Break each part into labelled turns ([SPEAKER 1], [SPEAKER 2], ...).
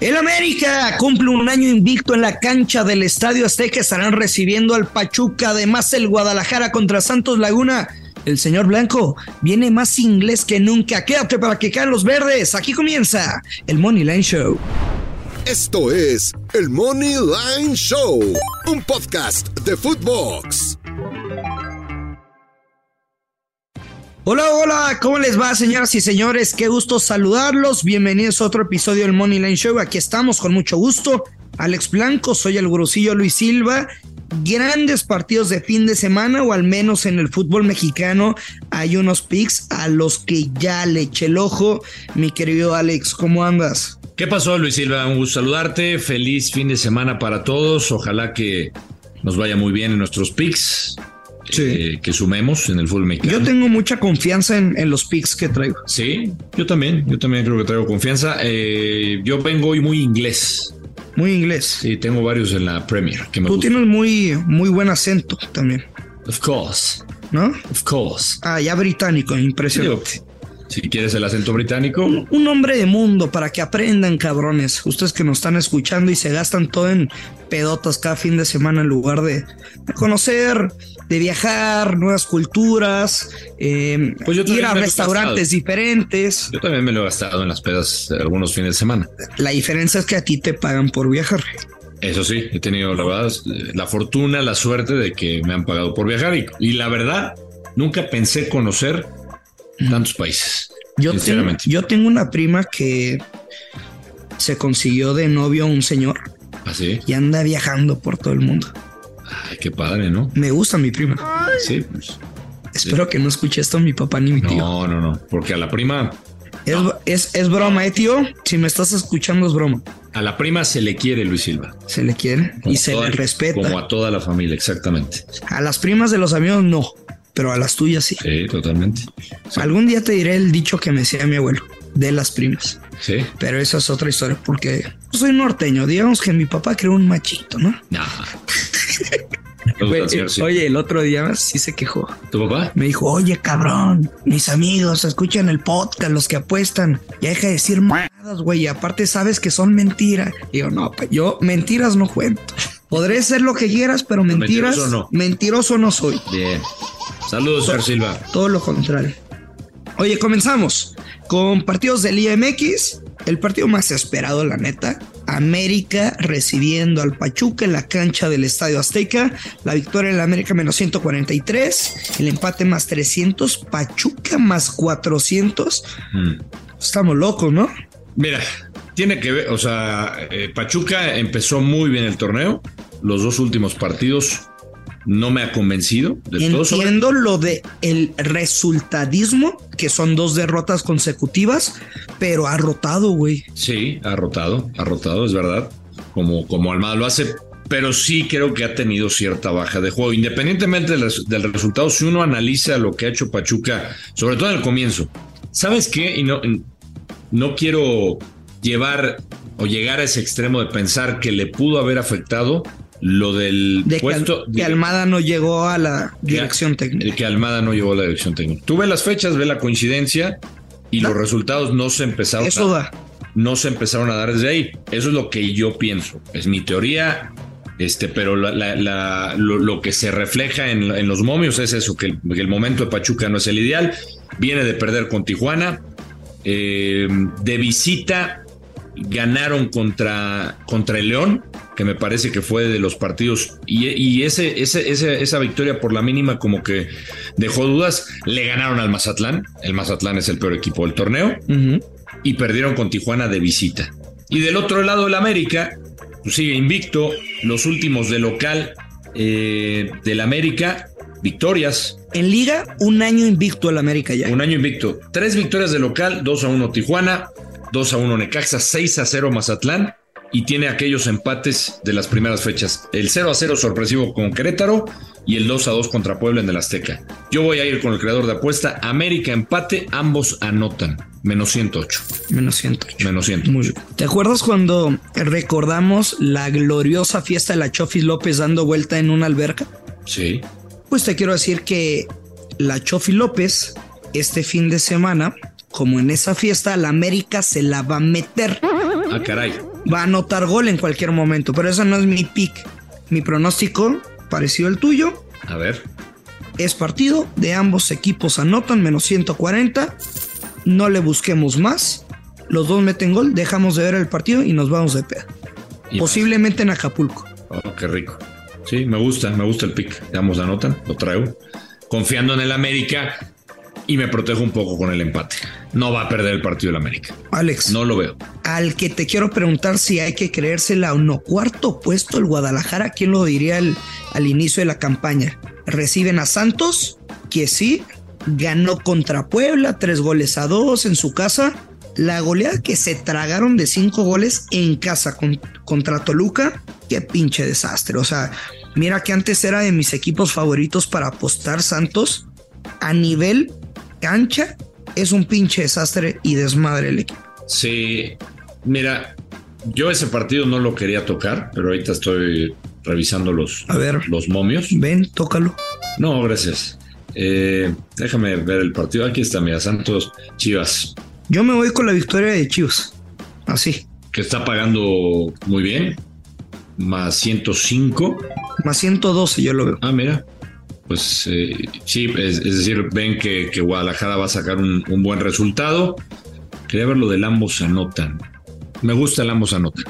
[SPEAKER 1] El América cumple un año invicto en la cancha del Estadio Azteca. Estarán recibiendo al Pachuca. Además, el Guadalajara contra Santos Laguna. El señor Blanco viene más inglés que nunca. Quédate para que caen los verdes. Aquí comienza el Money Line Show.
[SPEAKER 2] Esto es el Money Line Show, un podcast de Footbox.
[SPEAKER 1] Hola, hola, ¿cómo les va, señoras y señores? Qué gusto saludarlos. Bienvenidos a otro episodio del Money Line Show. Aquí estamos con mucho gusto. Alex Blanco, soy el gurusillo Luis Silva. Grandes partidos de fin de semana, o al menos en el fútbol mexicano, hay unos picks a los que ya le eché el ojo. Mi querido Alex, ¿cómo andas?
[SPEAKER 3] ¿Qué pasó, Luis Silva? Un gusto saludarte. Feliz fin de semana para todos. Ojalá que nos vaya muy bien en nuestros picks.
[SPEAKER 1] Sí.
[SPEAKER 3] eh, que sumemos en el fútbol mexicano.
[SPEAKER 1] Yo tengo mucha confianza en, en los picks que traigo.
[SPEAKER 3] Sí, yo también, yo también creo que traigo confianza. Eh, yo vengo hoy muy inglés.
[SPEAKER 1] Muy inglés.
[SPEAKER 3] Sí, tengo varios en la Premier que me
[SPEAKER 1] Tú
[SPEAKER 3] gustan.
[SPEAKER 1] tienes muy, muy buen acento también,
[SPEAKER 3] Of course,
[SPEAKER 1] ¿no?
[SPEAKER 3] of course.
[SPEAKER 1] Ah, ya británico,
[SPEAKER 3] Digo,
[SPEAKER 1] impresionante.
[SPEAKER 3] si quieres el acento británico,
[SPEAKER 1] Un hombre de mundo para que aprendan, cabrones. Ustedes que nos están escuchando y se gastan todo en pedotas cada fin de semana en lugar de conocer, de viajar, nuevas culturas, eh,
[SPEAKER 3] Pues yo
[SPEAKER 1] ir
[SPEAKER 3] también
[SPEAKER 1] a
[SPEAKER 3] me he
[SPEAKER 1] restaurantes
[SPEAKER 3] gastado.
[SPEAKER 1] diferentes.
[SPEAKER 3] yo también me lo he gastado en las pedas de algunos fines de semana.
[SPEAKER 1] La diferencia es que a ti te pagan por viajar.
[SPEAKER 3] Eso sí, he tenido la verdad, la fortuna, la suerte de que me han pagado por viajar y, y la verdad, nunca pensé conocer tantos países.
[SPEAKER 1] Yo, tengo-
[SPEAKER 3] sinceramente.
[SPEAKER 1] yo tengo una prima que se consiguió de novio a un señor
[SPEAKER 3] Así,
[SPEAKER 1] y anda viajando por todo el mundo.
[SPEAKER 3] Ah, ay, qué padre, ¿no?
[SPEAKER 1] Me gusta mi prima.
[SPEAKER 3] Sí, pues.
[SPEAKER 1] Espero que no escuche esto mi papá ni mi tío.
[SPEAKER 3] No, no, no, porque a la prima,
[SPEAKER 1] Es, es- es broma, eh, tío. Si me estás escuchando, es broma.
[SPEAKER 3] a la prima se le quiere Luis Silva.
[SPEAKER 1] Se le quiere
[SPEAKER 3] Como
[SPEAKER 1] y
[SPEAKER 3] a
[SPEAKER 1] se
[SPEAKER 3] toda-
[SPEAKER 1] le
[SPEAKER 3] Como
[SPEAKER 1] respeta.
[SPEAKER 3] a toda la familia, exactamente.
[SPEAKER 1] A las primas de los amigos, no, pero a las tuyas sí.
[SPEAKER 3] Sí, totalmente. Sí,
[SPEAKER 1] Algún día te diré el dicho que me decía mi abuelo de las primas,
[SPEAKER 3] sí.
[SPEAKER 1] pero esa es otra historia porque yo soy norteño. Digamos que mi papá creó un machito, ¿no?
[SPEAKER 3] Nah. No,
[SPEAKER 1] Güey,
[SPEAKER 3] señor,
[SPEAKER 1] eh,
[SPEAKER 3] Pues, sí.
[SPEAKER 1] Oye, el otro día sí se quejó.
[SPEAKER 3] ¿Tu papá?
[SPEAKER 1] Me dijo, oye, cabrón, mis amigos escuchan el podcast, los que apuestan. Ya deja de decir mamadas, güey. y Aparte, sabes que son mentiras. Y yo, no, pa- yo mentiras no cuento. Podré ser lo que quieras, pero mentiras,
[SPEAKER 3] Mentiroso no.
[SPEAKER 1] mentiroso no soy.
[SPEAKER 3] Bien. Saludos, señor Silva.
[SPEAKER 1] Todo lo contrario. Oye, comenzamos con partidos del IMX. El partido más esperado, la neta. América recibiendo al Pachuca en la cancha del Estadio Azteca. La victoria en la América menos 143. El empate más 300. Pachuca más 400.
[SPEAKER 3] Mm.
[SPEAKER 1] Estamos locos, ¿no?
[SPEAKER 3] Mira, tiene que ver, o sea, eh, Pachuca empezó muy bien el torneo. Los dos últimos partidos no me ha convencido del todo. sobre-
[SPEAKER 1] Entiendo lo de el resultadismo, que son dos derrotas consecutivas, pero ha rotado, güey.
[SPEAKER 3] Sí, ha rotado, ha rotado, es verdad, como, como Almada lo hace, pero sí creo que ha tenido cierta baja de juego. Independientemente del, res- del resultado, si uno analiza lo que ha hecho Pachuca, sobre todo en el comienzo, ¿sabes qué? Y no, no quiero llevar o llegar a ese extremo de pensar que le pudo haber afectado lo del
[SPEAKER 1] De que, Al-
[SPEAKER 3] puesto
[SPEAKER 1] que Almada no llegó a la
[SPEAKER 3] Ya.
[SPEAKER 1] dirección técnica.
[SPEAKER 3] el que Almada no llevó a la dirección técnica. Tú ves las fechas, ves la coincidencia y
[SPEAKER 1] No.
[SPEAKER 3] los resultados no se empezaron
[SPEAKER 1] Eso
[SPEAKER 3] a-
[SPEAKER 1] da.
[SPEAKER 3] no se empezaron a dar desde ahí. Eso es lo que yo pienso. Es mi teoría, este, pero la- la- la- lo, lo que se refleja en, en los momios es eso, que el, que el momento de Pachuca no es el ideal. Viene de perder con Tijuana. eh, de visita ganaron contra, contra el León, que me parece que fue de los partidos. Y, y ese, ese- ese- esa victoria por la mínima como que dejó dudas. Le ganaron al Mazatlán. El Mazatlán es el peor equipo del torneo
[SPEAKER 1] Ujú.
[SPEAKER 3] y perdieron con Tijuana de visita. Y del otro lado, el América pues sigue invicto. Los últimos de local eh, del América, victorias.
[SPEAKER 1] En liga, un año invicto el América ya.
[SPEAKER 3] Un año invicto. Tres victorias de local, 2 a 1 Tijuana, 2 a 1 Necaxa, 6 a 0 Mazatlán y tiene aquellos empates de las primeras fechas. El 0 a 0 sorpresivo con Querétaro y el 2 a 2 contra Puebla en el Azteca. Yo voy a ir con el creador de apuesta. América empate, ambos anotan. Menos 108.
[SPEAKER 1] Menos 108.
[SPEAKER 3] Menos 100.
[SPEAKER 1] Muy bien. ¿Te acuerdas cuando recordamos la gloriosa fiesta de la Chofis López dando vuelta en una alberca?
[SPEAKER 3] Sí.
[SPEAKER 1] Pues te quiero decir que la Chofi López, este fin de semana, como en esa fiesta, la América se la va a meter.
[SPEAKER 3] Ah, caray.
[SPEAKER 1] Va a anotar gol en cualquier momento, pero eso no es mi pick. Mi pronóstico, parecido al tuyo,
[SPEAKER 3] A ver.
[SPEAKER 1] es partido. De ambos equipos anotan menos 140. No le busquemos más. Los dos meten gol, dejamos de ver el partido y nos vamos de peda.
[SPEAKER 3] Y- pues,
[SPEAKER 1] Pues Posiblemente en Acapulco.
[SPEAKER 3] Oh, qué rico. Sí, me gusta, me gusta el pick. Damos la nota, lo traigo. Confiando en el América y me protejo un poco con el empate. No va a perder el partido el América.
[SPEAKER 1] Alex,
[SPEAKER 3] No lo veo.
[SPEAKER 1] al que te quiero preguntar si hay que creérsela o no. Cuarto puesto el Guadalajara, ¿quién lo diría al, al inicio de la campaña? Reciben a Santos, que sí, ganó contra Puebla, tres goles a dos en su casa. La goleada que se tragaron de cinco goles en casa con- contra Toluca, qué pinche desastre. O sea, mira que antes era de mis equipos favoritos para apostar Santos. A nivel cancha, es un pinche desastre y desmadre el equipo.
[SPEAKER 3] Sí, mira, yo ese partido no lo quería tocar, pero ahorita estoy revisando los,
[SPEAKER 1] A ver,
[SPEAKER 3] los momios.
[SPEAKER 1] Ven, tócalo.
[SPEAKER 3] No, gracias. Eh, déjame ver el partido. Aquí está, mira, Santos Chivas,
[SPEAKER 1] Yo me voy con la victoria de Chivas. Así.
[SPEAKER 3] que está pagando muy bien, más 105.
[SPEAKER 1] Más 112 yo lo veo.
[SPEAKER 3] Ah, mira. Pues eh, sí, es, es decir, ven que, que Guadalajara va a sacar un, un buen resultado. Quería ver lo del ambos anotan. Me gusta el ambos anotan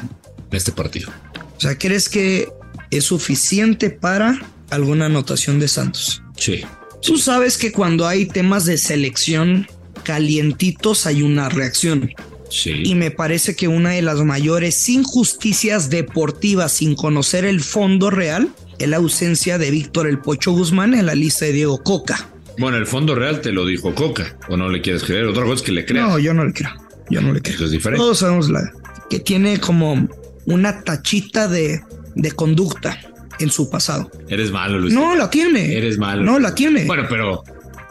[SPEAKER 3] en este partido.
[SPEAKER 1] O sea, ¿crees que es suficiente para alguna anotación de Santos?
[SPEAKER 3] Sí,
[SPEAKER 1] Tú sabes que cuando hay temas de selección calientitos hay una reacción. Y
[SPEAKER 3] sí.
[SPEAKER 1] me parece que una de las mayores injusticias deportivas sin conocer el fondo real es la ausencia de Víctor El Pocho Guzmán en la lista de Diego Coca.
[SPEAKER 3] Bueno, el fondo real te lo dijo Coca, o no le quieres creer. Otra cosa es que le creas.
[SPEAKER 1] No, yo no le creo. Yo no le creo.
[SPEAKER 3] Eso es diferente.
[SPEAKER 1] Todos sabemos la que tiene como una tachita de, de conducta en su pasado.
[SPEAKER 3] Eres malo, Luis.
[SPEAKER 1] No la tiene.
[SPEAKER 3] Pues Eres malo.
[SPEAKER 1] No la tiene.
[SPEAKER 3] Bueno, pero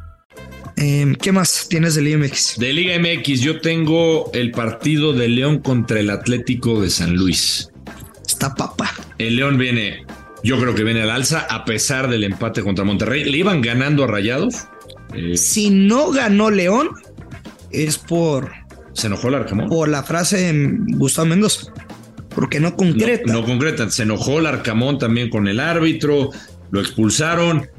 [SPEAKER 1] Eh, ¿Qué más tienes del IMX?
[SPEAKER 3] De Liga MX, yo tengo el partido de León contra el Atlético de San Luis.
[SPEAKER 1] Está papa.
[SPEAKER 3] El León viene, yo creo que viene al alza, a pesar del empate contra Monterrey. Le iban ganando a rayados. Eh,
[SPEAKER 1] Si no ganó León, es por,
[SPEAKER 3] se enojó el Arcamón.
[SPEAKER 1] por la frase de Gustavo Mendoza, porque no concreta.
[SPEAKER 3] No, no concretan. Se enojó el Arcamón también con el árbitro. Lo expulsaron.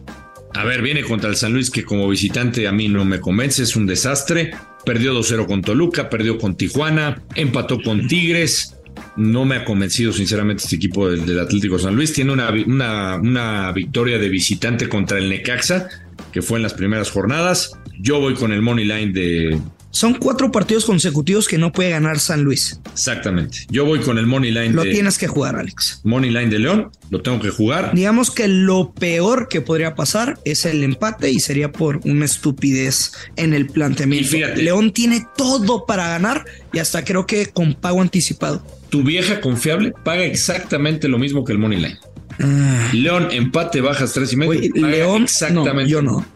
[SPEAKER 3] A ver, viene contra el San Luis, que como visitante a mí no me convence, es un desastre. Perdió 2-0 con Toluca, perdió con Tijuana, empató con Tigres. No me ha convencido, sinceramente, este equipo del, del Atlético San Luis. Tiene una, vi- una- una victoria de visitante contra el Necaxa, que fue en las primeras jornadas. Yo voy con el money line de,
[SPEAKER 1] Son cuatro partidos consecutivos que no puede ganar San Luis.
[SPEAKER 3] Exactamente. Yo voy con el Money Line
[SPEAKER 1] Lo
[SPEAKER 3] de
[SPEAKER 1] tienes que jugar, Alex.
[SPEAKER 3] Money Line de León. Lo tengo que jugar.
[SPEAKER 1] Digamos que lo peor que podría pasar es el empate y sería por una estupidez en el planteamiento.
[SPEAKER 3] Y fíjate.
[SPEAKER 1] León tiene todo para ganar y hasta creo que con pago anticipado.
[SPEAKER 3] Tu vieja confiable paga exactamente lo mismo que el Money Line. León, empate, bajas tres y medio.
[SPEAKER 1] Ah. Oye,
[SPEAKER 3] paga
[SPEAKER 1] León,
[SPEAKER 3] exactamente.
[SPEAKER 1] no, yo no.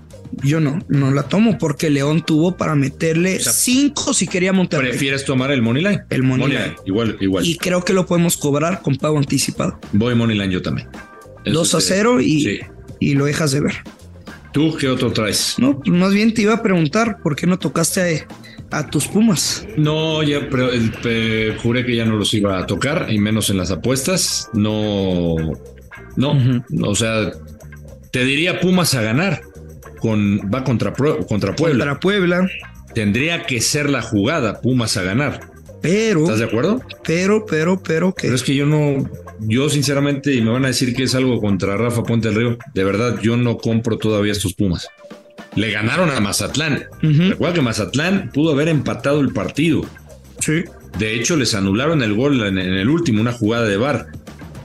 [SPEAKER 1] Yo no, no la tomo porque León tuvo para meterle
[SPEAKER 3] O sea,
[SPEAKER 1] cinco si quería Monterrey.
[SPEAKER 3] Prefieres tomar el Money Line.
[SPEAKER 1] El money line.
[SPEAKER 3] Igual, igual.
[SPEAKER 1] Y creo que lo podemos cobrar con pago anticipado.
[SPEAKER 3] Voy Money Line yo también. Eso
[SPEAKER 1] 2 a
[SPEAKER 3] sería.
[SPEAKER 1] 0 y,
[SPEAKER 3] Sí.
[SPEAKER 1] y lo dejas de ver.
[SPEAKER 3] ¿Tú qué otro traes?
[SPEAKER 1] No, pues más bien te iba a preguntar por qué no tocaste a, a tus Pumas.
[SPEAKER 3] No, ya pero, eh, pe- juré que ya no los iba a tocar y menos en las apuestas. No, no,
[SPEAKER 1] Ujú.
[SPEAKER 3] o sea, te diría Pumas a ganar. Con, va contra, Pro- contra Puebla.
[SPEAKER 1] Contra Puebla,
[SPEAKER 3] Tendría que ser la jugada Pumas a ganar.
[SPEAKER 1] pero,
[SPEAKER 3] ¿Estás de acuerdo?
[SPEAKER 1] pero, pero, pero que
[SPEAKER 3] Pero es que yo no, yo sinceramente, y me van a decir que es algo contra Rafa Ponte del Río, de verdad, yo no compro todavía estos Pumas. Le ganaron a Mazatlán.
[SPEAKER 1] Ujú.
[SPEAKER 3] Recuerda que Mazatlán pudo haber empatado el partido.
[SPEAKER 1] sí,
[SPEAKER 3] De hecho, les anularon el gol en, en el último, una jugada de bar.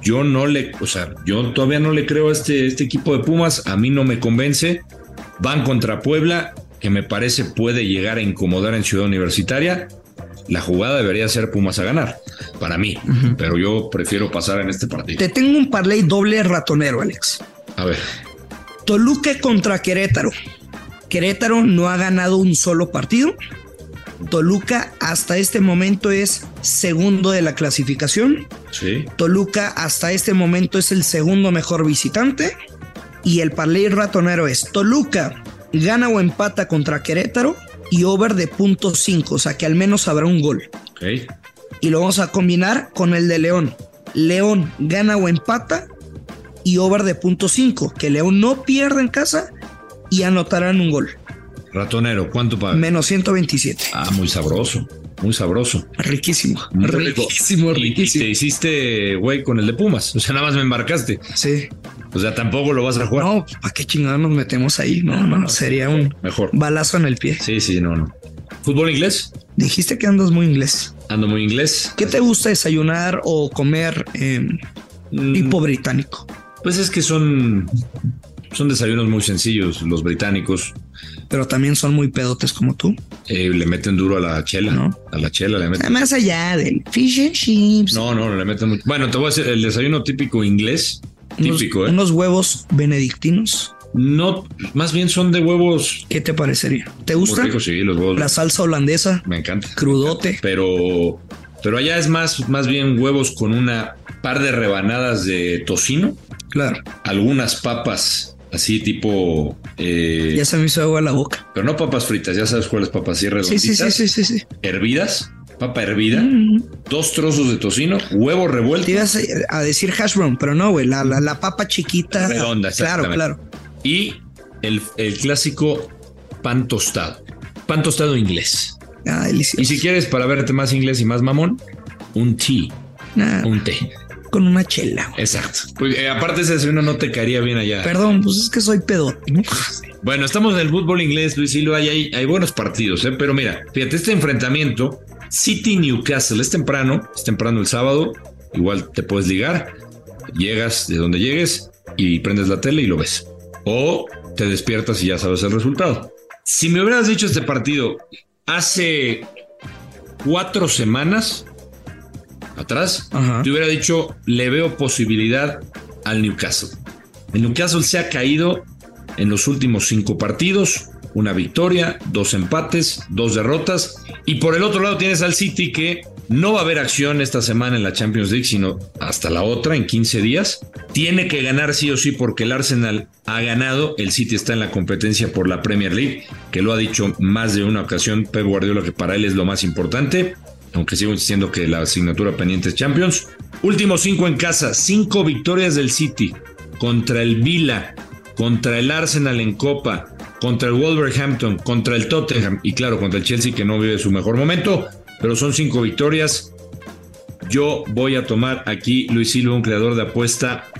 [SPEAKER 3] Yo no le, o sea, yo todavía no le creo a este, este equipo de Pumas, a mí no me convence. Van contra Puebla, que me parece puede llegar a incomodar en Ciudad Universitaria. La jugada debería ser Pumas a ganar, para mí, pero yo prefiero pasar en este partido.
[SPEAKER 1] te tengo un parlay doble ratonero, Alex.
[SPEAKER 3] A ver,
[SPEAKER 1] Toluca contra Querétaro. Querétaro no ha ganado un solo partido. Toluca hasta este momento es segundo de la clasificación.
[SPEAKER 3] sí,
[SPEAKER 1] Toluca hasta este momento es el segundo mejor visitante. Y el parlay ratonero es Toluca gana o empata contra Querétaro y over de punto cinco, o sea que al menos habrá un gol.
[SPEAKER 3] ok.
[SPEAKER 1] Y lo vamos a combinar con el de León. León gana o empata y over de punto cinco, que León no pierde en casa y anotarán un gol.
[SPEAKER 3] Ratonero, ¿cuánto paga?
[SPEAKER 1] Menos 127.
[SPEAKER 3] Ah, muy sabroso, muy sabroso.
[SPEAKER 1] Riquísimo.
[SPEAKER 3] Muy rico.
[SPEAKER 1] Riquísimo,
[SPEAKER 3] Y- y
[SPEAKER 1] riquísimo.
[SPEAKER 3] te hiciste, güey, con el de Pumas. O sea, nada más me embarcaste.
[SPEAKER 1] Sí.
[SPEAKER 3] O sea, tampoco lo vas a jugar.
[SPEAKER 1] No, ¿para qué chingados nos metemos ahí? No, no, sería un
[SPEAKER 3] Mejor.
[SPEAKER 1] balazo en el pie.
[SPEAKER 3] Sí, sí, no, no. ¿Fútbol inglés?
[SPEAKER 1] Dijiste que andas muy inglés.
[SPEAKER 3] Ando muy inglés.
[SPEAKER 1] ¿Qué te gusta desayunar o comer eh,
[SPEAKER 3] Mm,
[SPEAKER 1] tipo británico?
[SPEAKER 3] Pues es que son, son desayunos muy sencillos. Los británicos
[SPEAKER 1] Pero también son muy pedotes como tú.
[SPEAKER 3] eh, le meten duro a la chela,
[SPEAKER 1] No.
[SPEAKER 3] A la chela le meten.
[SPEAKER 1] Más allá del fish and chips.
[SPEAKER 3] No, no, le meten mucho. Bueno, te voy a decir, el desayuno típico inglés,
[SPEAKER 1] unos,
[SPEAKER 3] típico, ¿eh?
[SPEAKER 1] unos huevos benedictinos.
[SPEAKER 3] No, más bien son de huevos.
[SPEAKER 1] ¿Qué te parecería? ¿Te
[SPEAKER 3] muy
[SPEAKER 1] gusta?
[SPEAKER 3] ricos, sí, los huevos.
[SPEAKER 1] La salsa holandesa,
[SPEAKER 3] Me encanta.
[SPEAKER 1] crudote.
[SPEAKER 3] Pero, pero allá es más, más bien huevos con una par de rebanadas de tocino,
[SPEAKER 1] Claro,
[SPEAKER 3] algunas papas así tipo eh,
[SPEAKER 1] ya se me hizo agua la boca.
[SPEAKER 3] Pero no papas fritas, ya sabes cuáles papas así
[SPEAKER 1] Sí,
[SPEAKER 3] redonditas,
[SPEAKER 1] sí, sí, sí, sí. sí.
[SPEAKER 3] hervidas, papa hervida,
[SPEAKER 1] Mm.
[SPEAKER 3] dos trozos de tocino, huevo revuelto
[SPEAKER 1] Te ibas a decir hash brown, pero no, güey. La, la, la papa chiquita.
[SPEAKER 3] Redonda,
[SPEAKER 1] claro,
[SPEAKER 3] exactamente.
[SPEAKER 1] claro.
[SPEAKER 3] y el, el clásico pan tostado, pan tostado inglés.
[SPEAKER 1] Ah, delicioso.
[SPEAKER 3] Y si quieres para verte más inglés y más mamón, un tea,
[SPEAKER 1] Ah,
[SPEAKER 3] un té.
[SPEAKER 1] con una chela. güey.
[SPEAKER 3] Exacto. Pues, eh, aparte ese desayuno no te caería bien allá.
[SPEAKER 1] Perdón, pues es que soy pedote. ¿no?
[SPEAKER 3] Bueno, estamos en el fútbol inglés, Luis Silva, y hay, hay buenos partidos, ¿eh? pero mira, fíjate, este enfrentamiento, City-Newcastle, es temprano, es temprano el sábado, igual te puedes ligar, llegas de donde llegues y prendes la tele y lo ves. O te despiertas y ya sabes el resultado. Si me hubieras dicho este partido hace cuatro semanas atrás,
[SPEAKER 1] Ajá.
[SPEAKER 3] te hubiera dicho, le veo posibilidad al Newcastle. El Newcastle se ha caído en los últimos cinco partidos, una victoria, dos empates, dos derrotas. Y por el otro lado tienes al City que no va a haber acción esta semana en la Champions League, sino hasta la otra, en 15 días. Tiene que ganar sí o sí porque el Arsenal ha ganado, el City está en la competencia por la Premier League, que lo ha dicho más de una ocasión Pep Guardiola que para él es lo más importante aunque sigo insistiendo que la asignatura pendiente es Champions. Últimos cinco en casa, cinco victorias del City contra el Vila, contra el Arsenal en Copa, contra el Wolverhampton, contra el Tottenham y claro, contra el Chelsea que no vive su mejor momento, pero son cinco victorias. Yo voy a tomar aquí Luis Silva, un creador de apuesta.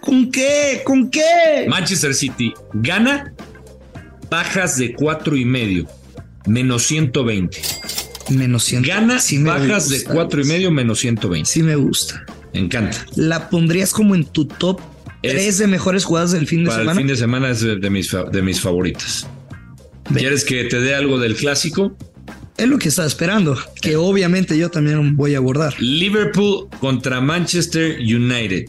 [SPEAKER 1] ¿Con qué? ¿Con qué?
[SPEAKER 3] Manchester City gana bajas de cuatro y medio. menos 120.
[SPEAKER 1] Menos 100.
[SPEAKER 3] Gana
[SPEAKER 1] Sí me
[SPEAKER 3] bajas de
[SPEAKER 1] gusta.
[SPEAKER 3] cuatro y medio menos 120.
[SPEAKER 1] Sí me gusta.
[SPEAKER 3] Me encanta.
[SPEAKER 1] ¿La pondrías como en tu top
[SPEAKER 3] Es-
[SPEAKER 1] 3 de mejores jugadas del fin de
[SPEAKER 3] Para el
[SPEAKER 1] semana?
[SPEAKER 3] fin de semana es de, de mis, fa- de mis favoritas.
[SPEAKER 1] Ve.
[SPEAKER 3] ¿Quieres que te dé algo del clásico?
[SPEAKER 1] Es lo que estaba esperando, que obviamente yo también voy a abordar.
[SPEAKER 3] Liverpool contra Manchester United.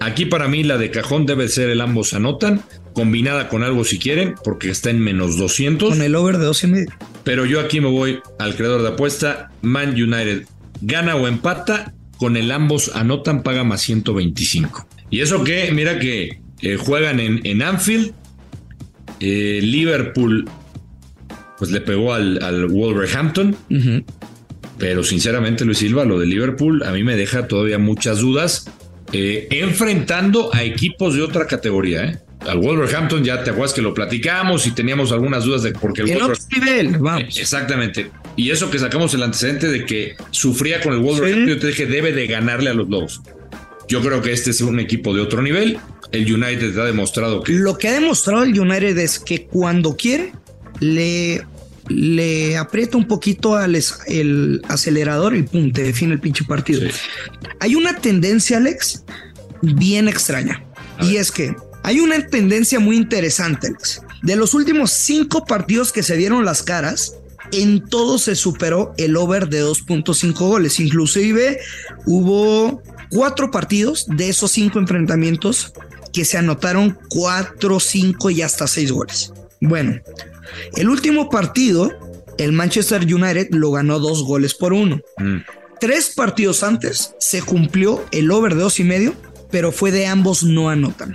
[SPEAKER 3] Aquí para mí la de cajón debe ser el ambos anotan, combinada con algo si quieren, porque está en menos 200.
[SPEAKER 1] Con el over de 12 y medio.
[SPEAKER 3] Pero yo aquí me voy al creador de apuesta, Man United. Gana o empata, con el ambos anotan, paga más 125. Y eso que, mira que eh, juegan en, en Anfield. Eh, Liverpool, pues le pegó al, al Wolverhampton.
[SPEAKER 1] Ujú.
[SPEAKER 3] Pero sinceramente, Luis Silva, lo de Liverpool a mí me deja todavía muchas dudas. eh, enfrentando a equipos de otra categoría, ¿eh? Al Wolverhampton ya te acuerdas que lo platicamos y teníamos algunas dudas de porque el Eh,
[SPEAKER 1] En otro
[SPEAKER 3] Wolverhampton-
[SPEAKER 1] nivel, vamos.
[SPEAKER 3] Exactamente. Y eso que sacamos el antecedente de que sufría con el Wolverhampton,
[SPEAKER 1] Sí.
[SPEAKER 3] yo te dije, debe de ganarle a los Lobos. Yo creo que este es un equipo de otro nivel. El United ha demostrado que
[SPEAKER 1] Lo que ha demostrado el United es que cuando quiere, le, le aprieta un poquito al es- el acelerador y pum, te define el pinche partido.
[SPEAKER 3] Sí.
[SPEAKER 1] Hay una tendencia, Alex, bien extraña.
[SPEAKER 3] A
[SPEAKER 1] y
[SPEAKER 3] ver.
[SPEAKER 1] es que hay una tendencia muy interesante, Alex. De los últimos cinco partidos que se vieron las caras, en todos se superó el over de 2.5 goles. Inclusive hubo cuatro partidos de esos cinco enfrentamientos que se anotaron cuatro, cinco y hasta seis goles. Bueno, el último partido, el Manchester United lo ganó dos goles por uno.
[SPEAKER 3] mm,
[SPEAKER 1] Tres partidos antes se cumplió el over de dos y medio, pero fue de ambos no anotan.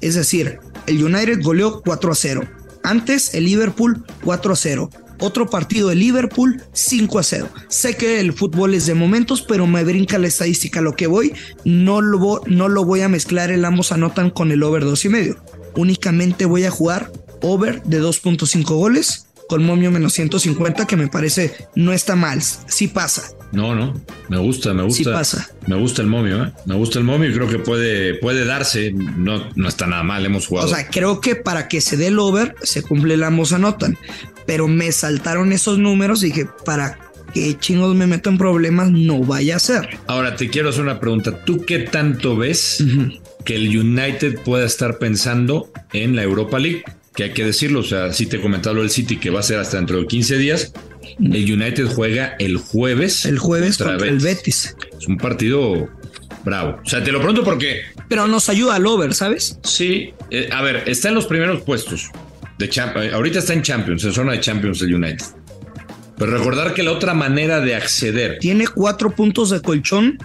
[SPEAKER 1] Es decir, el United goleó 4 a 0. Antes el Liverpool 4 a 0. Otro partido de Liverpool 5 a 0. Sé que el fútbol es de momentos, pero me brinca la estadística. a Lo que voy, no lo, vo- no lo voy a mezclar. El ambos anotan con el over de dos y medio. Únicamente voy a jugar over de 2.5 goles con momio menos 150, que me parece no está mal. Sí pasa.
[SPEAKER 3] no, no. Me gusta, me gusta.
[SPEAKER 1] Sí pasa.
[SPEAKER 3] Me gusta el momio, ¿eh? Me gusta el momio y creo que puede, puede darse. No, no está nada mal, hemos
[SPEAKER 1] O
[SPEAKER 3] jugado.
[SPEAKER 1] sea, creo que para que se dé el over, se cumple el ambos anotan. Pero me saltaron esos números y dije, para que chingos me meto en problemas, no vaya a ser.
[SPEAKER 3] Ahora te quiero hacer una pregunta. ¿Tú qué tanto ves que el United pueda estar pensando en la Europa League? Que hay que decirlo, o sea, si te comentaba lo del City que va a ser hasta dentro de 15 días. El United juega el jueves.
[SPEAKER 1] El jueves
[SPEAKER 3] Otra
[SPEAKER 1] contra
[SPEAKER 3] vez.
[SPEAKER 1] el Betis.
[SPEAKER 3] Es un partido bravo. O sea, te lo pregunto porque
[SPEAKER 1] Pero nos ayuda al over, ¿sabes?
[SPEAKER 3] Sí, eh, a ver, está en los primeros puestos. De Champ- eh, ahorita está en Champions, en zona de Champions el United. Pero recordar que la otra manera de acceder
[SPEAKER 1] Tiene cuatro puntos de colchón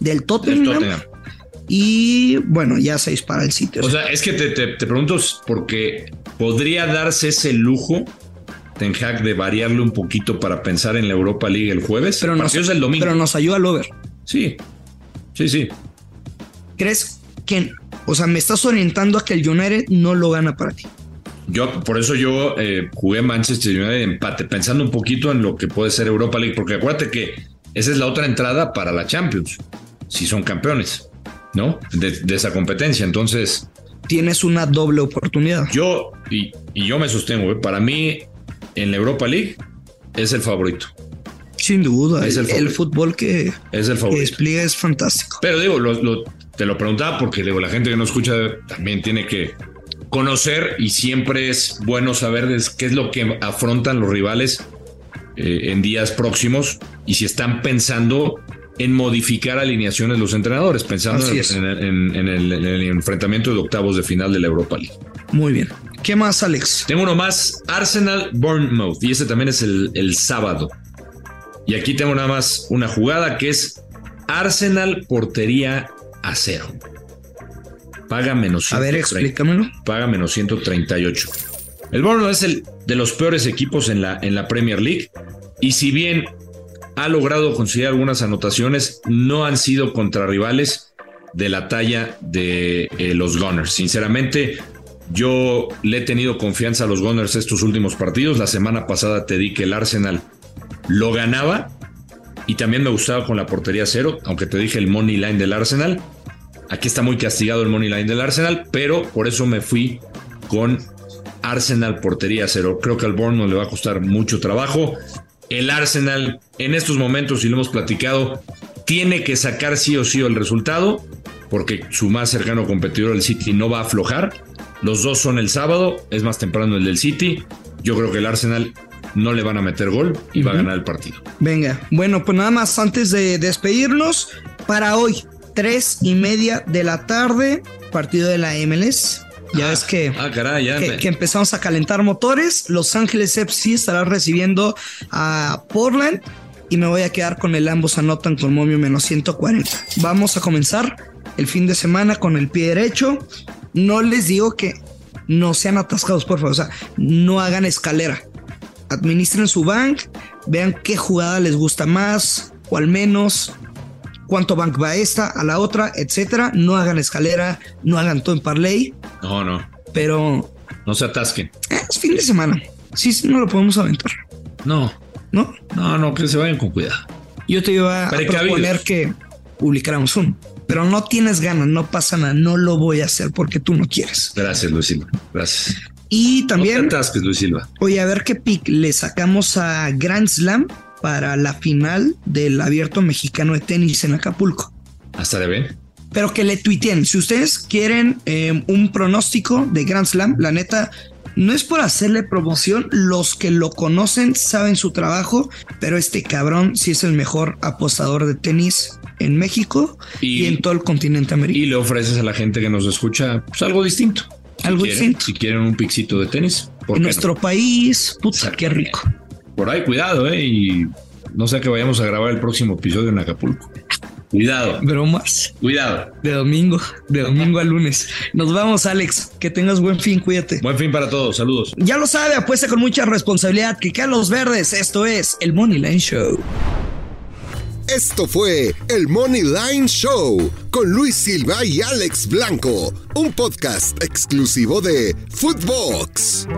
[SPEAKER 1] del
[SPEAKER 3] del
[SPEAKER 1] Tottenham,
[SPEAKER 3] Tottenham.
[SPEAKER 1] y bueno, ya seis para el sitio.
[SPEAKER 3] O sea, es que te, te- te pregunto porque podría darse ese lujo, Ten Hag, de variarle un poquito para pensar en la Europa League el jueves.
[SPEAKER 1] pero, nos,
[SPEAKER 3] Partidos el domingo.
[SPEAKER 1] pero nos ayuda al over.
[SPEAKER 3] Sí, sí, sí.
[SPEAKER 1] ¿Crees que, o sea, me estás orientando a que el United no lo gana para ti?
[SPEAKER 3] Yo, por eso yo eh, jugué Manchester United empate, pensando un poquito en lo que puede ser Europa League, porque acuérdate que esa es la otra entrada para la Champions, si son campeones, ¿no? De, de esa competencia. Entonces,
[SPEAKER 1] Tienes una doble oportunidad.
[SPEAKER 3] yo, y, y yo me sostengo, eh, para mí, en la Europa League es el favorito,
[SPEAKER 1] Sin duda,
[SPEAKER 3] Es el
[SPEAKER 1] el, el fútbol que,
[SPEAKER 3] es el
[SPEAKER 1] que
[SPEAKER 3] favorito.
[SPEAKER 1] despliega es fantástico.
[SPEAKER 3] Pero digo, lo- lo- te lo preguntaba porque digo, la gente que nos escucha también tiene que conocer y siempre es bueno saber des- qué es lo que afrontan los rivales eh, en días próximos y si están pensando en modificar alineaciones los entrenadores, pensando
[SPEAKER 1] Así
[SPEAKER 3] en,
[SPEAKER 1] es.
[SPEAKER 3] en- en- en el, en el enfrentamiento de octavos de final de la Europa League.
[SPEAKER 1] Muy bien. ¿Qué más, Alex?
[SPEAKER 3] Tengo uno más, Arsenal Bournemouth, y ese también es el, el sábado. Y aquí tengo nada más una jugada que es Arsenal portería a cero. Paga menos
[SPEAKER 1] A ver,
[SPEAKER 3] 130,
[SPEAKER 1] explícamelo.
[SPEAKER 3] Paga menos 138. El Bournemouth es el de los peores equipos en la, en la Premier League. Y si bien ha logrado conseguir algunas anotaciones, no han sido contra rivales de la talla de eh, los Gunners. Sinceramente, yo le he tenido confianza a los Gunners estos últimos partidos. La semana pasada te di que el Arsenal lo ganaba y también me gustaba con la portería cero, aunque te dije el money line del Arsenal. Aquí está muy castigado el money line del Arsenal, pero por eso me fui con Arsenal portería cero. Creo que al Bournemouth le va a costar mucho trabajo. El Arsenal en estos momentos, y lo hemos platicado, tiene que sacar sí o sí el resultado, porque su más cercano competidor, el City, no va a aflojar. Los dos son el sábado, es más temprano el del City. Yo creo que el Arsenal no le van a meter gol y va a ganar el partido.
[SPEAKER 1] Venga, bueno, pues nada más antes de despedirnos, para hoy, tres y media de la tarde, partido de la MLS. Ya
[SPEAKER 3] Ah,
[SPEAKER 1] ves que,
[SPEAKER 3] ah, caray, ya
[SPEAKER 1] que,
[SPEAKER 3] me-
[SPEAKER 1] que empezamos a calentar motores. Los Ángeles FC estará recibiendo a Portland y me voy a quedar con el ambos anotan con momio menos 140. Vamos a comenzar el fin de semana con el pie derecho. No les digo que no sean atascados, por favor. O sea, no hagan escalera administren su bank, vean qué jugada les gusta más o al menos, cuánto bank va a esta, a la otra, etcétera. No hagan escalera, no hagan todo en parlay,
[SPEAKER 3] No, no,
[SPEAKER 1] pero
[SPEAKER 3] no se atasquen.
[SPEAKER 1] eh, es fin de semana. Sí, sí, no lo podemos aventar,
[SPEAKER 3] No,
[SPEAKER 1] ¿no?
[SPEAKER 3] no, no, que se vayan con cuidado.
[SPEAKER 1] Yo te iba a
[SPEAKER 3] Precavidos.
[SPEAKER 1] proponer que publicáramos uno, pero no tienes ganas, no pasa nada, no lo voy a hacer porque tú no quieres.
[SPEAKER 3] Gracias, Luis Silva. Gracias.
[SPEAKER 1] Y
[SPEAKER 3] No
[SPEAKER 1] también,
[SPEAKER 3] te atasques, Luis Silva.
[SPEAKER 1] oye, a ver qué pick le sacamos a Grand Slam para la final del Abierto Mexicano de Tenis en Acapulco.
[SPEAKER 3] Hasta de ver.
[SPEAKER 1] pero que le tuiteen. Si ustedes quieren eh, un pronóstico de Grand Slam, la neta, no es por hacerle promoción. Los que lo conocen saben su trabajo, pero este cabrón sí es el mejor apostador de tenis en México y,
[SPEAKER 3] Y-
[SPEAKER 1] en todo el continente
[SPEAKER 3] Y
[SPEAKER 1] americano.
[SPEAKER 3] le ofreces a la gente que nos escucha pues, algo distinto. Si
[SPEAKER 1] Algo
[SPEAKER 3] quieren-
[SPEAKER 1] distinto.
[SPEAKER 3] Si quieren un pixito de tenis, ¿por qué
[SPEAKER 1] En
[SPEAKER 3] no?
[SPEAKER 1] nuestro país, puta, qué rico.
[SPEAKER 3] por ahí, cuidado, ¿eh? Y no sea que vayamos a grabar el próximo episodio en Acapulco. Cuidado,
[SPEAKER 1] Bromas
[SPEAKER 3] cuidado.
[SPEAKER 1] de domingo, de domingo a lunes. Nos vamos, Alex. Que tengas buen fin, cuídate.
[SPEAKER 3] Buen fin para todos. Saludos.
[SPEAKER 1] Ya lo sabe, apuesta con mucha responsabilidad que Carlos Verdes, esto es el Money Line Show.
[SPEAKER 2] Esto fue el Money Line Show con Luis Silva y Alex Blanco, un podcast exclusivo de Footbox.